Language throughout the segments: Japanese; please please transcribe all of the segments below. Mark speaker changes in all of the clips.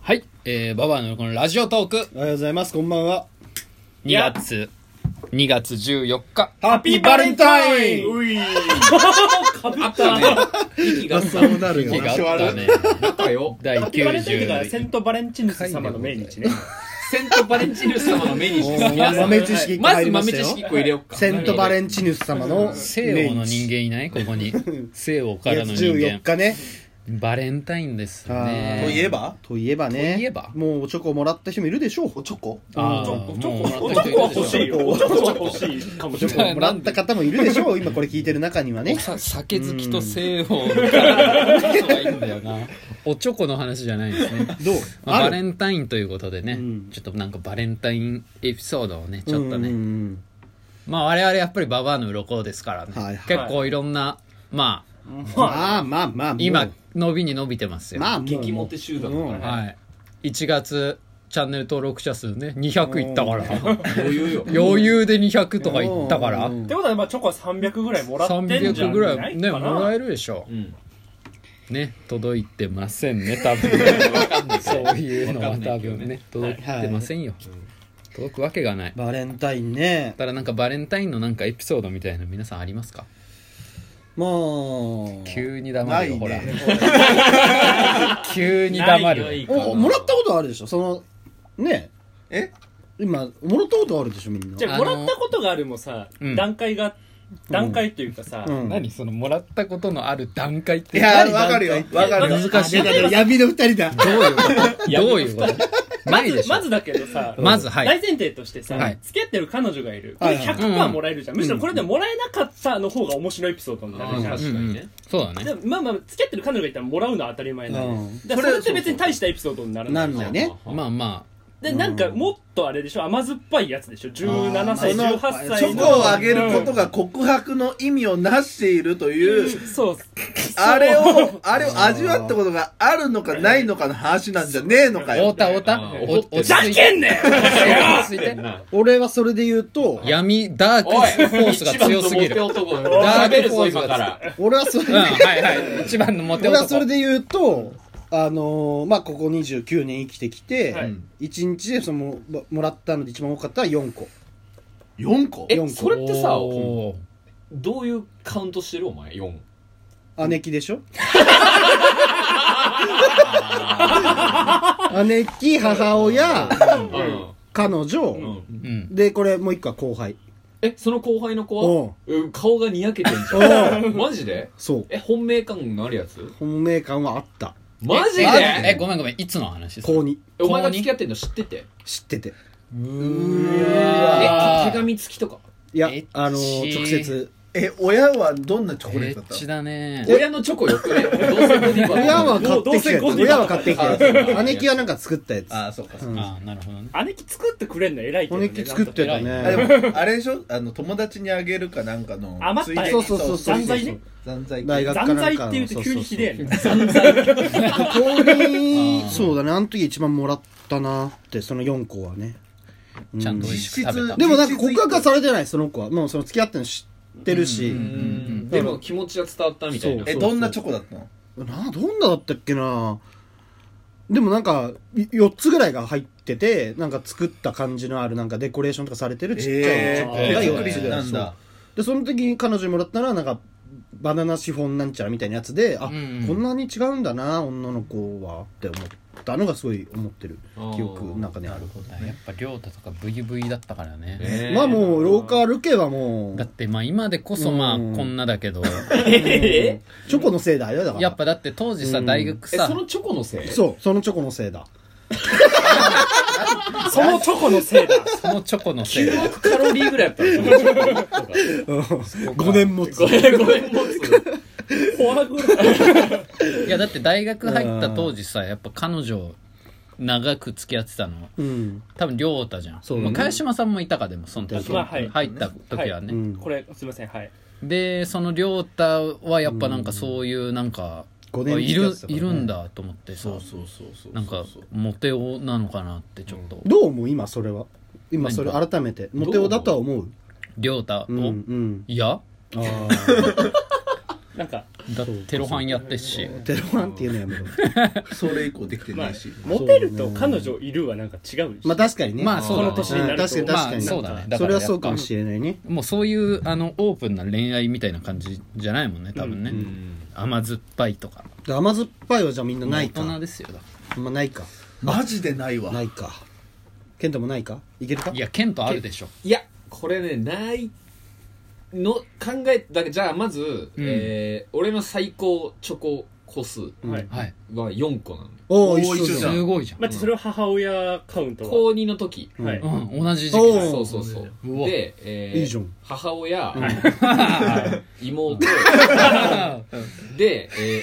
Speaker 1: はい、えー、ババアのこのラジオトーク
Speaker 2: おはようございます、こんばんは。
Speaker 1: 2月2月14日
Speaker 2: ハッピーバレンタイン
Speaker 3: ういかぶったね。息が合った。
Speaker 2: うなる
Speaker 1: 日 があったね
Speaker 3: 仲よ。
Speaker 1: 第
Speaker 3: ハッピーバレンタインってからセ
Speaker 1: 90
Speaker 3: ントバレンチヌス様の命日ね。セントバレンチヌス様の命日です皆さん
Speaker 2: 豆知識
Speaker 3: ま
Speaker 2: 入
Speaker 3: ず
Speaker 2: りま
Speaker 3: 豆
Speaker 2: した
Speaker 3: 知
Speaker 2: よ。
Speaker 3: 識1個入れよっか。
Speaker 2: セントバレンチヌス様の
Speaker 1: 西欧の人間いないここに西欧からの
Speaker 2: 2
Speaker 1: 人間
Speaker 2: 月14日ね。
Speaker 1: バレンタインです
Speaker 2: あー
Speaker 1: ね
Speaker 4: といえば
Speaker 2: といえばね。
Speaker 1: といえば
Speaker 2: もうおチョコもらった人もいるでしょう。
Speaker 4: おチョコ
Speaker 1: あ
Speaker 3: お
Speaker 1: ー
Speaker 3: ちょ
Speaker 1: も
Speaker 3: こ
Speaker 1: うも
Speaker 3: お
Speaker 1: ら
Speaker 3: ち
Speaker 1: って
Speaker 3: ょ
Speaker 1: る
Speaker 3: こは
Speaker 1: でしょ
Speaker 3: 欲しいよ。おちょこは欲しいかもしれ
Speaker 1: な
Speaker 3: ないい。
Speaker 1: んで
Speaker 2: もらった方もいるでしょう。今これ聞いてる中にはね。
Speaker 1: さ酒好きと西欧からの人がいいんだよなおチョコの話じゃないですね
Speaker 2: どう
Speaker 1: まあ
Speaker 2: あ
Speaker 1: バ
Speaker 2: る
Speaker 1: レンタインということでね、
Speaker 2: ん
Speaker 1: ちょっとなんかバレンタインエピソードをねちょっとね、
Speaker 2: うんうん
Speaker 1: まあ我々やっぱりババアの鱗ですからね、
Speaker 2: はいはい
Speaker 1: 結構いろんなまあ
Speaker 2: うんまあまあまあ。もう
Speaker 1: 今、伸びに伸びてますよ、
Speaker 2: まあもう
Speaker 3: 激モテ集団だからね。
Speaker 1: はい、1月チャンネル登録者数ね200いったから
Speaker 3: 余裕よ。
Speaker 1: 余裕で200とかいったから
Speaker 2: うん
Speaker 5: ってことはまあチョコは300ぐらいもらってんじゃないか
Speaker 1: 300
Speaker 5: な
Speaker 1: ぐらいねもら
Speaker 5: え
Speaker 1: えるでしょ
Speaker 3: うん。
Speaker 1: ね届いてませんね多分そういうのは多分ね届いてませんよ、届くわけがない
Speaker 2: バレンタインね。
Speaker 1: ただなんかバレンタインのなんかエピソードみたいなの皆さんありますか
Speaker 2: もう。
Speaker 1: 急に黙
Speaker 4: な
Speaker 1: るよ、
Speaker 4: い
Speaker 1: ほら
Speaker 4: ね
Speaker 1: 急に黙る
Speaker 3: ない
Speaker 1: よ
Speaker 3: かな
Speaker 2: お、もらったことあるでしょその、ね。
Speaker 4: え
Speaker 2: 今、もらったことあるでしょみんな。
Speaker 5: じゃあもらったことがあるもさ
Speaker 1: うん
Speaker 5: 段階が段階というかさ
Speaker 2: うん
Speaker 1: 何そのもらったことのある段階って
Speaker 4: いや
Speaker 1: 何
Speaker 4: わかるよわかるよ
Speaker 1: 難しい
Speaker 2: あ出た出た闇の二人だ。
Speaker 1: どういうことどういうことな
Speaker 5: ま
Speaker 1: いで
Speaker 5: ず
Speaker 1: しょ
Speaker 5: まずだけどさ
Speaker 1: まずはい
Speaker 5: 大前提としてさ
Speaker 1: はい
Speaker 5: 付き合ってる彼女がいるこれ
Speaker 2: はいはい
Speaker 1: うん
Speaker 5: 100%もらえるじゃんむしろこれでもらえなかったの方が面白いエピソードになるじゃ
Speaker 3: あ
Speaker 5: ん
Speaker 3: ー
Speaker 1: うんうん
Speaker 3: 確かにね
Speaker 1: そうだね
Speaker 5: でまあまあ付き合ってる彼女がいたらもらうのは当たり前なん
Speaker 2: うん
Speaker 5: でだからそれって別に大したエピソードになら
Speaker 2: な
Speaker 5: ない
Speaker 2: ん
Speaker 5: じゃ
Speaker 2: だ
Speaker 5: ん
Speaker 2: よね。
Speaker 1: まあま
Speaker 5: でなんかもっとあれでしょ甘酸っぱいやつでしょ17歳
Speaker 4: その
Speaker 5: 18歳の
Speaker 4: チョコをあげることが告白の意味をなしていると
Speaker 5: うん
Speaker 4: いう、
Speaker 5: そう
Speaker 4: あれを、あれを味わったことがあるのかないのかの話なんじゃねえの
Speaker 1: あ
Speaker 4: か
Speaker 1: 太
Speaker 4: よ。
Speaker 1: 田太田
Speaker 3: あー
Speaker 1: お
Speaker 3: 怒ってる
Speaker 1: 落ち着いて
Speaker 5: んね
Speaker 1: 落ち着いて
Speaker 2: 俺はそれで言うと、
Speaker 1: 闇ダークフ
Speaker 3: おい、
Speaker 1: ォースが強すぎるう
Speaker 3: 一番
Speaker 1: ん
Speaker 3: のモテ男よ喋るぞ、今か
Speaker 1: ダ
Speaker 3: ら。
Speaker 2: 俺はそれで、
Speaker 1: はいはい一番のモテ
Speaker 2: 俺はそ
Speaker 1: 男
Speaker 2: れで言うと、あのーまあ、ここ29年生きてきて、
Speaker 5: はい
Speaker 2: 一1日でそのももらったので一番多かったは4個。
Speaker 4: 4個
Speaker 2: 四
Speaker 3: え、
Speaker 2: 個
Speaker 3: それってさ、
Speaker 1: おー
Speaker 3: どういうカウントしてるお前、4。
Speaker 2: 姉貴でしょ姉貴、母親、
Speaker 3: うん。
Speaker 2: 彼女、
Speaker 3: うん。
Speaker 1: うん
Speaker 2: で、これもう一個は後輩。
Speaker 3: えその後輩の子
Speaker 2: お
Speaker 3: は
Speaker 2: う
Speaker 3: うん顔がにやけてんじゃんマジで
Speaker 2: そう。
Speaker 3: え本命感のあるやつ
Speaker 2: 本命感はあった。
Speaker 3: マジで
Speaker 1: ええ
Speaker 3: え
Speaker 1: ごめんごめんいつの話ですか
Speaker 2: 高2。
Speaker 3: お前が付き合ってんの知ってて
Speaker 2: 知ってて。
Speaker 3: え
Speaker 1: わー
Speaker 3: 手紙付きとか
Speaker 2: いや
Speaker 1: エッチ、
Speaker 2: あのー直接。
Speaker 4: え、親はどんなチョコレ
Speaker 1: エ
Speaker 4: ートだ
Speaker 1: ッ
Speaker 4: った
Speaker 1: チ
Speaker 4: の
Speaker 1: だね
Speaker 3: 親のチョコよくねどうせ ボディバー
Speaker 2: 親は買ってきたやつ。
Speaker 5: どうせ
Speaker 2: 親は買ってきたや
Speaker 3: あ
Speaker 2: つ。姉貴はなんか作ったやつ。
Speaker 4: あ、そうか。
Speaker 2: うん
Speaker 1: ああなるほどね
Speaker 5: 姉貴作ってくれんの偉いけど、ね、
Speaker 2: 姉貴作って
Speaker 1: 偉
Speaker 2: た
Speaker 4: あ
Speaker 2: ね。
Speaker 4: でも、あれでしょあの、友達にあげるかなんかの。
Speaker 5: 余ったやつ
Speaker 2: そうそうそうそう
Speaker 5: 残罪ね
Speaker 4: 残罪
Speaker 2: 大学かな
Speaker 5: 残
Speaker 2: んか
Speaker 5: 罪
Speaker 2: の
Speaker 5: って言うと急にひでえ
Speaker 2: そう
Speaker 5: の
Speaker 2: そうそう高二
Speaker 1: あー
Speaker 2: そうだねあの時一番もらったなってその4個はねう
Speaker 1: ちゃんと美味しく食べた
Speaker 4: 実質
Speaker 2: でもなんか告白はされてないその子はもうその付き合ってるの知ってるし
Speaker 3: うんでも気持ちが伝わったみたいな
Speaker 2: そう
Speaker 4: え、どんなチョコだったの
Speaker 2: などんなだったっけなでもなんか4つぐらいが入っててなんか作った感じのあるなんかデコレーションとかされてるちっちゃいチョコ
Speaker 1: えー
Speaker 2: が
Speaker 4: 手
Speaker 2: 4
Speaker 4: 作り
Speaker 2: つぐら
Speaker 4: ないん
Speaker 2: そう
Speaker 4: だ。
Speaker 2: でその時に彼女にもらったのはなんかバナナシフォンなんちゃらみたいなやつであ、
Speaker 1: んうん
Speaker 2: こんなに違うんだな女の子はって思ったのがすごい思ってる記憶の中にある
Speaker 1: やっぱ亮太とかブイブイだったからね
Speaker 3: えー
Speaker 2: まあもう廊下歩けばも
Speaker 1: だっ
Speaker 2: う
Speaker 1: てまあ今でこそまあ
Speaker 2: うん
Speaker 1: こんなだけ ど
Speaker 3: え
Speaker 2: チョコのせいだよだから
Speaker 1: やっぱだって当時さ
Speaker 2: うん
Speaker 1: 大学
Speaker 3: え
Speaker 1: さ
Speaker 3: そのチョコのせい
Speaker 2: そうそのチョコのせいだ
Speaker 5: そのチョコのせいだ
Speaker 1: そのチョコのせい
Speaker 3: 9
Speaker 1: で
Speaker 3: 億カロリーぐらいやったのそのチョコ一個
Speaker 2: 5
Speaker 3: が
Speaker 2: 年持つ
Speaker 3: ごめんごめん持つ
Speaker 5: フォアグラ
Speaker 1: いやだって大学入った当時さやっぱ彼女長く付き合ってたの
Speaker 2: うん
Speaker 1: 多分亮太じゃん
Speaker 2: そうだね
Speaker 1: まあ茅島さんもいたかでもその時
Speaker 5: まあはい
Speaker 1: 入った時は
Speaker 2: う
Speaker 1: ね
Speaker 2: ん
Speaker 5: これすいませんはい
Speaker 1: でその亮太はやっぱなんかそういうなんか
Speaker 2: 五
Speaker 1: あ
Speaker 2: 年
Speaker 1: い
Speaker 2: 付き合
Speaker 1: る
Speaker 2: ってたからね
Speaker 1: いるんだと思ってさ
Speaker 4: そうそうそうそう。
Speaker 1: なんかモテ男なのかなってちょっと
Speaker 2: どう思う今それは今それ改めてモテ男だとは思う
Speaker 1: 亮太を
Speaker 2: うんうん
Speaker 1: いや
Speaker 2: あー
Speaker 5: なんか
Speaker 1: だテロ犯やってっし
Speaker 2: テロワンっていうのやめろ。
Speaker 4: それ以降できて
Speaker 5: ま
Speaker 4: な
Speaker 5: あ
Speaker 4: いし、
Speaker 5: モテると彼女いるはなんか違うし
Speaker 2: まあ確かにね。
Speaker 1: まあそうだね
Speaker 2: ん
Speaker 1: この年
Speaker 5: になると
Speaker 2: 確かに確
Speaker 1: ま
Speaker 2: か
Speaker 1: あ
Speaker 2: に。
Speaker 1: そうだねだから
Speaker 2: それはそうかもしれないね。
Speaker 1: もうそういうあのオープンな恋愛みたいな感じじゃないもんね多分ね、甘酸っぱいとか
Speaker 2: 甘酸っぱいはじゃあみんなないか。
Speaker 1: 大人ですよだか
Speaker 2: まあないか。
Speaker 4: マジでないわ
Speaker 2: ないか。ケントもないかいけるから
Speaker 1: いやケントあるでしょ
Speaker 3: いやこれねないの考えだけじゃあまず、えー俺の最高チョコ個数
Speaker 5: はい
Speaker 1: はい
Speaker 3: は4個なの
Speaker 2: お
Speaker 4: お
Speaker 2: お、
Speaker 4: ー
Speaker 2: 一緒じゃん。
Speaker 1: すごいじゃん、
Speaker 5: 待ってそれは母親カウント
Speaker 3: 高2の時
Speaker 5: は、はい、
Speaker 1: うん、同じ時 期だ
Speaker 2: お
Speaker 3: そうそうそう
Speaker 1: うわ
Speaker 3: で、えー
Speaker 2: いいじゃん
Speaker 3: 母親、 妹で、え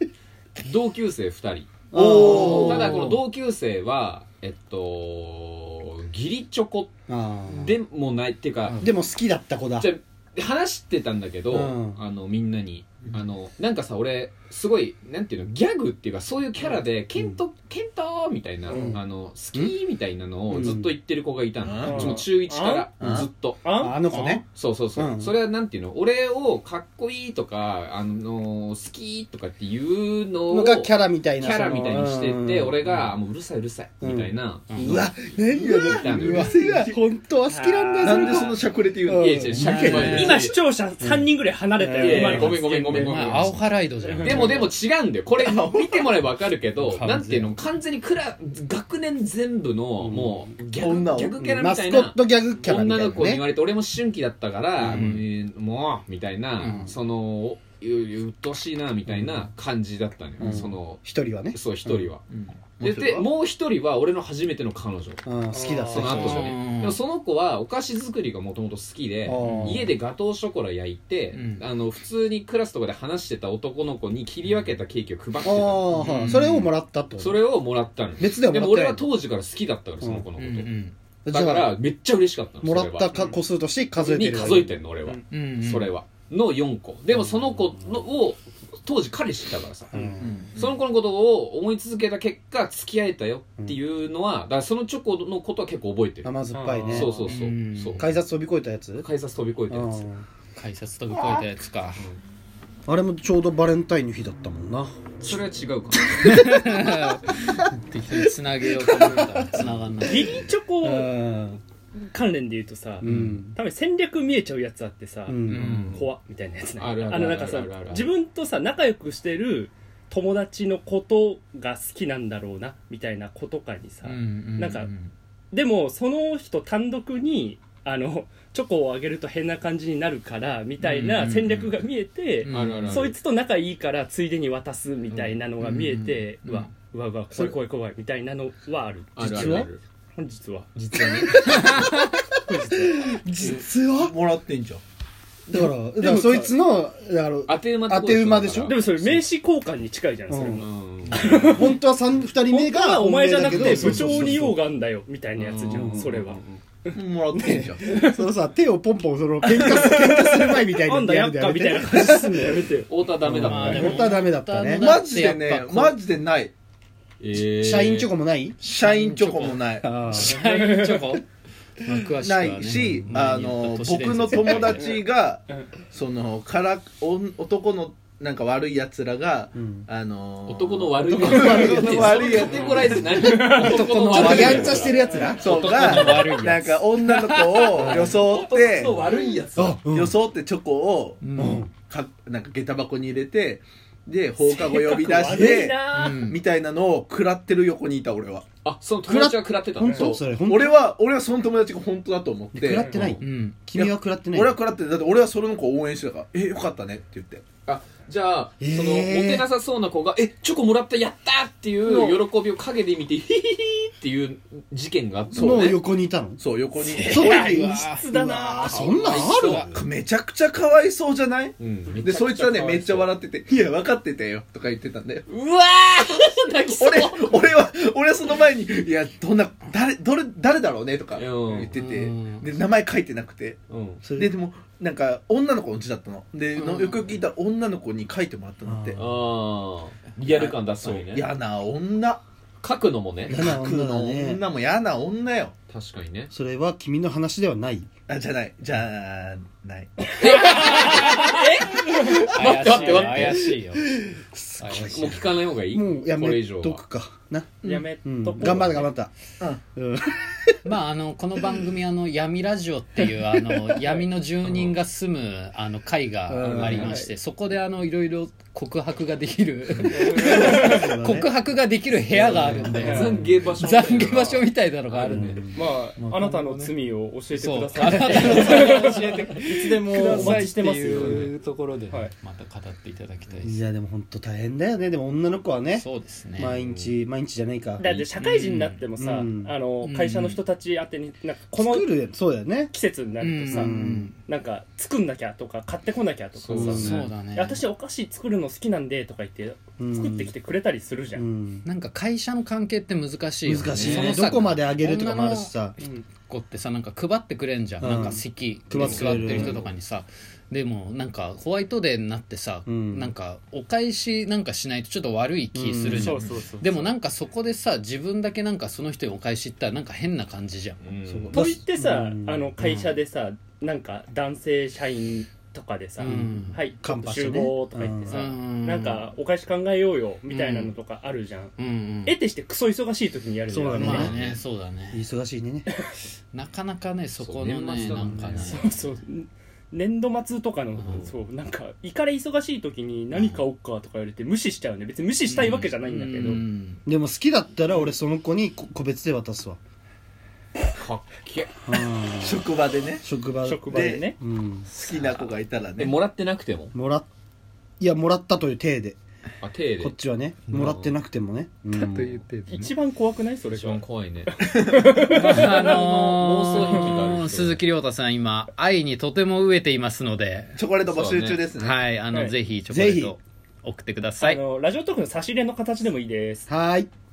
Speaker 3: ー同級生2人
Speaker 2: お
Speaker 3: ただこの同級生はえっと義理チョコ
Speaker 2: あー
Speaker 3: でもないっていうか、
Speaker 2: でも好きだった子だ
Speaker 3: じゃあ話してたんだけど、
Speaker 2: うん
Speaker 3: あのみんなにあのなんかさ俺すごいなんていうのギャグっていうかそういうキャラで「ケントケント!」みたいな、
Speaker 2: うん
Speaker 3: あの好きみたいなのをずっと言ってる子がいたの、
Speaker 5: うん
Speaker 3: うちも中1か
Speaker 2: う
Speaker 3: ら
Speaker 2: ん
Speaker 3: ずっと。
Speaker 5: あ
Speaker 2: あの子ね
Speaker 3: そうそうそう、
Speaker 2: うん
Speaker 3: それはなんていうの俺をかっこいいとか、あの好きとかっていうのを
Speaker 2: のがキャラみたいな
Speaker 3: キャラみたいにしてて、
Speaker 2: その
Speaker 3: 俺がもううるさいうるさいみたいな、
Speaker 2: うん
Speaker 4: うわ何よ
Speaker 3: 言ったのよ
Speaker 4: 店が
Speaker 2: 本当は好きなんだよ
Speaker 4: なんで
Speaker 2: れ
Speaker 4: そのしゃくれて言う
Speaker 2: うん
Speaker 4: の
Speaker 3: いやいや社会前に
Speaker 5: 今視聴者3人ぐらい離れたよ、
Speaker 3: いやいや
Speaker 5: 今の
Speaker 3: ごめんごめんごめんごめん
Speaker 1: まあ、青ハライドじゃん
Speaker 3: でもでも違うんだよこれ見てもらえばわかるけど
Speaker 1: 完全
Speaker 3: なんていうの完全にクラ学年全部のもうギャグ,、
Speaker 4: 女を
Speaker 3: ギャグキャラ
Speaker 2: マ
Speaker 3: みた
Speaker 2: ス
Speaker 3: い
Speaker 2: コ
Speaker 3: な
Speaker 2: ットギャグキャラみた
Speaker 3: 女
Speaker 2: いな、ね、
Speaker 3: の子に言われて俺も思春期だったから、
Speaker 1: うん
Speaker 3: えーもうみたいな、
Speaker 1: うん
Speaker 3: そのううっとしいなみたいな感じだったのよ、
Speaker 2: うん
Speaker 3: その
Speaker 2: 一人はね、
Speaker 3: そう一人は、
Speaker 4: うん
Speaker 3: ででもう一人は俺の初めての彼女
Speaker 2: うん、好きだった人
Speaker 3: その後
Speaker 1: じ
Speaker 3: で
Speaker 1: ゃうん
Speaker 3: ねでもその子はお菓子作りがもともと好きで
Speaker 2: うん
Speaker 3: 家でガトーショコラ焼いて、
Speaker 1: うん
Speaker 3: あの普通にクラスとかで話してた男の子に切り分けたケーキを配ってた
Speaker 2: あ
Speaker 3: の
Speaker 2: あ、はい
Speaker 1: うん
Speaker 2: それをもらったってこと
Speaker 3: それをもらったの
Speaker 2: 別ではも
Speaker 3: で
Speaker 2: ら
Speaker 3: も
Speaker 2: って
Speaker 3: 俺
Speaker 2: な
Speaker 3: はい当時から好きだったからその子の
Speaker 1: う
Speaker 3: こ
Speaker 1: ん
Speaker 3: と、
Speaker 1: うん
Speaker 3: だか
Speaker 2: じゃあ
Speaker 3: らめっちゃ嬉しかったの
Speaker 2: もらっ
Speaker 3: それ
Speaker 2: た
Speaker 3: は
Speaker 2: か個数として数えて
Speaker 3: に
Speaker 2: る
Speaker 3: 数えてんの俺は、
Speaker 1: うんうん
Speaker 3: それはの4個でもその子のを当時彼氏だからさ、
Speaker 2: うん
Speaker 3: その子のことを思い続けた結果付き合えたよっていうのはだからそのチョコのことは結構覚えてる、
Speaker 2: 甘酸っぱいね
Speaker 3: そうそうそう、
Speaker 1: うん
Speaker 3: そう
Speaker 2: 改札飛び越えたやつ
Speaker 3: 改札飛び越えてるやつ
Speaker 2: うん
Speaker 1: 改札飛び越えたやつか
Speaker 2: あれもちょうどバレンタインの日だったもんな
Speaker 3: それは違うか
Speaker 1: 適当につなげようと思ったらつながんない
Speaker 5: 義理チョコ
Speaker 2: うん
Speaker 5: 関連で言うとさ、
Speaker 2: うん
Speaker 5: 多分戦略見えちゃうやつあってさ、
Speaker 2: う
Speaker 1: うんん
Speaker 5: 怖っみたいなやつね
Speaker 3: あるある
Speaker 5: のなんかさ
Speaker 3: あるあるあるある
Speaker 5: 自分とさ仲良くしてる友達のことが好きなんだろうなみたいな子とかにさ、
Speaker 1: うんうん
Speaker 5: なんかでもその人単独にあのチョコをあげると変な感じになるからみた
Speaker 1: う
Speaker 5: い
Speaker 1: んうん
Speaker 5: な
Speaker 1: うん
Speaker 5: 戦略が見えて、
Speaker 1: うん
Speaker 3: なあるあるある
Speaker 5: そいつと仲いいからついでに渡すみたいなのが見えて、
Speaker 1: う
Speaker 5: うんわうわうわ怖い怖い怖いみたいなのはある
Speaker 3: あるあ
Speaker 5: 実
Speaker 3: るあ
Speaker 5: は
Speaker 3: る
Speaker 5: 本日は
Speaker 3: 実はね
Speaker 2: 実は
Speaker 4: もらってんじゃん
Speaker 2: だからだからそいつのだから
Speaker 3: 当て馬ってこと
Speaker 2: 当て馬でしょ
Speaker 5: でもそれ名刺交換に近いじゃんそれも、
Speaker 2: うん
Speaker 3: うん
Speaker 2: 本当は三二人目
Speaker 5: 本当
Speaker 2: が
Speaker 5: はお前じゃなくて
Speaker 2: そう
Speaker 5: 部
Speaker 2: そう
Speaker 5: 長
Speaker 2: そう
Speaker 5: に用があんだよみたいなやつじゃ
Speaker 3: うん
Speaker 5: それは
Speaker 4: もらってんじゃん
Speaker 2: そのさ手をポンポンその喧嘩す喧嘩する前みたいに
Speaker 5: あんだやっ
Speaker 2: る
Speaker 5: か
Speaker 2: の
Speaker 5: みたいな感じすんのやめてよ
Speaker 3: 太田ダメだ
Speaker 1: ま
Speaker 3: も
Speaker 1: あ
Speaker 3: ん
Speaker 1: で
Speaker 3: ね
Speaker 1: も
Speaker 2: 本当はダメだったね
Speaker 1: 本当は
Speaker 4: マジでねマジでない
Speaker 2: 社員チョコもない
Speaker 4: 社員チョコもない
Speaker 1: シャインチョコまあ詳しくは
Speaker 4: な
Speaker 1: ね
Speaker 4: いし、
Speaker 1: うん
Speaker 4: あの僕の友達がそのからお男のなんか悪いやつらが、
Speaker 2: ん
Speaker 4: あの
Speaker 3: 男の
Speaker 4: い
Speaker 3: 悪い男の
Speaker 4: 男の悪いやつ
Speaker 3: カテゴライズ何男の
Speaker 2: ちょっと
Speaker 3: 悪い
Speaker 2: やんちゃしてるやつな
Speaker 4: そう
Speaker 1: 男の悪いや
Speaker 4: が
Speaker 1: つ
Speaker 4: なんか女の子を装って
Speaker 3: 男の悪いやつ
Speaker 2: あうん
Speaker 4: 装ってチョコを
Speaker 1: うん
Speaker 4: かなんか下駄箱に入れてで放課後呼び出し
Speaker 5: 悪い
Speaker 4: て
Speaker 5: なぁ
Speaker 4: みたいなのを食らってる横にいた俺は
Speaker 3: あその友達は食らってたの
Speaker 2: 本当それ本当
Speaker 4: 俺は俺はその友達が本当だと思って
Speaker 2: 食らってない
Speaker 1: うん
Speaker 2: 君は食らってない
Speaker 4: 俺は食らってないだって俺はそれの子を応援してたから「えよかったね」って言って
Speaker 3: あじゃあ、
Speaker 2: えー
Speaker 3: そのモテなさそうな子が「えチョコもらったやった!」っていう喜びを陰で見て「ヒヒヒ」っていう事件があった
Speaker 2: も
Speaker 3: の
Speaker 2: う
Speaker 3: ね
Speaker 2: 横にいたの
Speaker 4: そう横に
Speaker 2: そう
Speaker 1: 異質だな
Speaker 2: そんなんある
Speaker 4: めちゃくちゃかわいそうじゃない
Speaker 3: うんめ
Speaker 4: で
Speaker 3: ちゃくちゃ
Speaker 4: そいつはね
Speaker 3: かわ
Speaker 4: めっちゃ笑ってて「いや分かってたよ」とか言ってたんだよ
Speaker 3: うわー泣きそう
Speaker 4: 俺俺は俺はその前に「いやどんな誰どれ誰だろうね」とか
Speaker 3: うん
Speaker 4: 言ってて
Speaker 1: うん
Speaker 4: で名前書いてなくて
Speaker 3: うん
Speaker 2: そ
Speaker 4: で
Speaker 2: れ
Speaker 4: でもなんか女の子の字だったのでのよくよく聞いたら女の子に書いてもらったのって
Speaker 2: あ
Speaker 3: ああリアル感出すのにね
Speaker 4: 嫌な女
Speaker 3: 書くのもね
Speaker 2: 嫌な
Speaker 4: 僕
Speaker 2: 女だ
Speaker 4: の
Speaker 2: ね
Speaker 4: 女も嫌な女よ
Speaker 3: 確かにね
Speaker 2: それは君の話ではない
Speaker 4: あじゃないじゃあない
Speaker 1: 待って
Speaker 3: 待って待って
Speaker 1: 怪しいよ怪しい
Speaker 3: もう
Speaker 1: よ
Speaker 3: 聞かない方がいい
Speaker 2: もうや
Speaker 3: これ
Speaker 2: め
Speaker 3: 以上は
Speaker 2: とくかな、
Speaker 5: やめ
Speaker 2: うん、
Speaker 5: とこう
Speaker 2: 頑張った頑張ったうん
Speaker 1: まああのこの番組あの闇ラジオっていうあの闇の住人が住むあの会がありましてそこであのいろいろ告白ができる告白ができる部屋があるんで
Speaker 3: 懺悔場所
Speaker 1: 懺悔場所みたいなのがあるんで
Speaker 6: まあ、あなたの罪を教えて
Speaker 1: そ
Speaker 6: くだ
Speaker 1: う
Speaker 6: さい。
Speaker 1: 教えてく
Speaker 6: いつでも
Speaker 1: だ
Speaker 6: お
Speaker 1: さ
Speaker 6: 待
Speaker 1: い
Speaker 6: ち
Speaker 1: っ
Speaker 6: しててますよ。
Speaker 1: いうところで
Speaker 6: はい
Speaker 1: また語っていただきたいで
Speaker 2: い
Speaker 1: す
Speaker 2: やでも本当大変だよねでも女の子はね
Speaker 1: そうですね
Speaker 2: 毎日毎日じゃないか
Speaker 5: だって社会人になってもさ、
Speaker 2: うん
Speaker 5: あの
Speaker 1: うん
Speaker 5: 会社の人たち宛てになんかこの
Speaker 2: 作るそうだよね
Speaker 5: 季節になるとさ、
Speaker 2: うん
Speaker 5: なんか作んなきゃとか買ってこなきゃとかさ、
Speaker 3: そうだね
Speaker 1: そうだね
Speaker 5: 私お菓子作るの好きなんでとか言って
Speaker 2: うん
Speaker 5: 作ってきてくれたりするじゃん、
Speaker 2: うん
Speaker 1: なんか会社の関係って難しいよね
Speaker 2: 難しい
Speaker 1: そ
Speaker 2: ね
Speaker 1: の
Speaker 2: どこまで上げるとかもあるしさ
Speaker 1: 子ってさなんか配ってくれんじゃん、
Speaker 2: うん
Speaker 1: なんか席
Speaker 2: 配
Speaker 1: 座っ
Speaker 2: っ
Speaker 1: てて
Speaker 2: くれる
Speaker 1: る人とかにさでもなんかホワイトデーになってさ、
Speaker 2: うん
Speaker 1: なんかお返しなんかしないとちょっと悪い気するじゃん、
Speaker 5: そうそうそう
Speaker 1: でもなんかそこでさ自分だけなんかその人にお返し行ったらなんか変な感じじゃん
Speaker 3: うん
Speaker 2: そう
Speaker 5: と言ってさ、
Speaker 2: うん
Speaker 5: あの会社でさ、なんか男性社員とかでさ「
Speaker 1: うん
Speaker 5: はい
Speaker 2: カンパして
Speaker 5: 集
Speaker 2: ね
Speaker 5: 合」とか言ってさ、
Speaker 1: うん
Speaker 5: なんかお返し考えようよみたいなのとかあるじゃん、
Speaker 1: うんうん
Speaker 5: 得てしてクソ忙しい時にやるじゃん
Speaker 2: そうだね
Speaker 1: まあねそうだね
Speaker 2: 忙しいね
Speaker 1: なかなかねそこの
Speaker 3: そう年
Speaker 1: ね
Speaker 3: 末だ
Speaker 1: な
Speaker 3: も
Speaker 1: ん
Speaker 3: んね
Speaker 1: かね
Speaker 5: そう そう年度末とかの、
Speaker 1: うん
Speaker 5: そうなんかいかれ忙しい時に何買おうかとか言われて無視しちゃうね別に無視したいわけじゃないんだけど、
Speaker 1: うん
Speaker 2: でも好きだったら俺その子にこ個別で渡す わ
Speaker 3: かっけ
Speaker 2: うん
Speaker 4: 職場でね
Speaker 2: 職場
Speaker 5: 職場でね
Speaker 2: うん
Speaker 4: 好きな子がいたら
Speaker 3: え
Speaker 4: ね
Speaker 3: もらってなくても
Speaker 2: もらっいやもらったという体で
Speaker 3: あ手で
Speaker 2: こっちはね
Speaker 3: うん
Speaker 2: もらってなくてもねうん
Speaker 1: て
Speaker 5: 一番怖くないそれ
Speaker 3: 一
Speaker 5: が
Speaker 3: 番怖い ね
Speaker 1: あ
Speaker 3: 妄想癖がある
Speaker 1: のー、
Speaker 3: 人
Speaker 1: 鈴木亮太さん今愛にとても飢えていますので
Speaker 4: チョコレート募集中ですね
Speaker 1: はいあの、
Speaker 5: はい
Speaker 1: ぜひチョコレー
Speaker 2: ぜ
Speaker 1: ト送ってくださ
Speaker 5: あ
Speaker 1: い
Speaker 5: のラジオトークの差し入れの形でもいいです
Speaker 2: はーい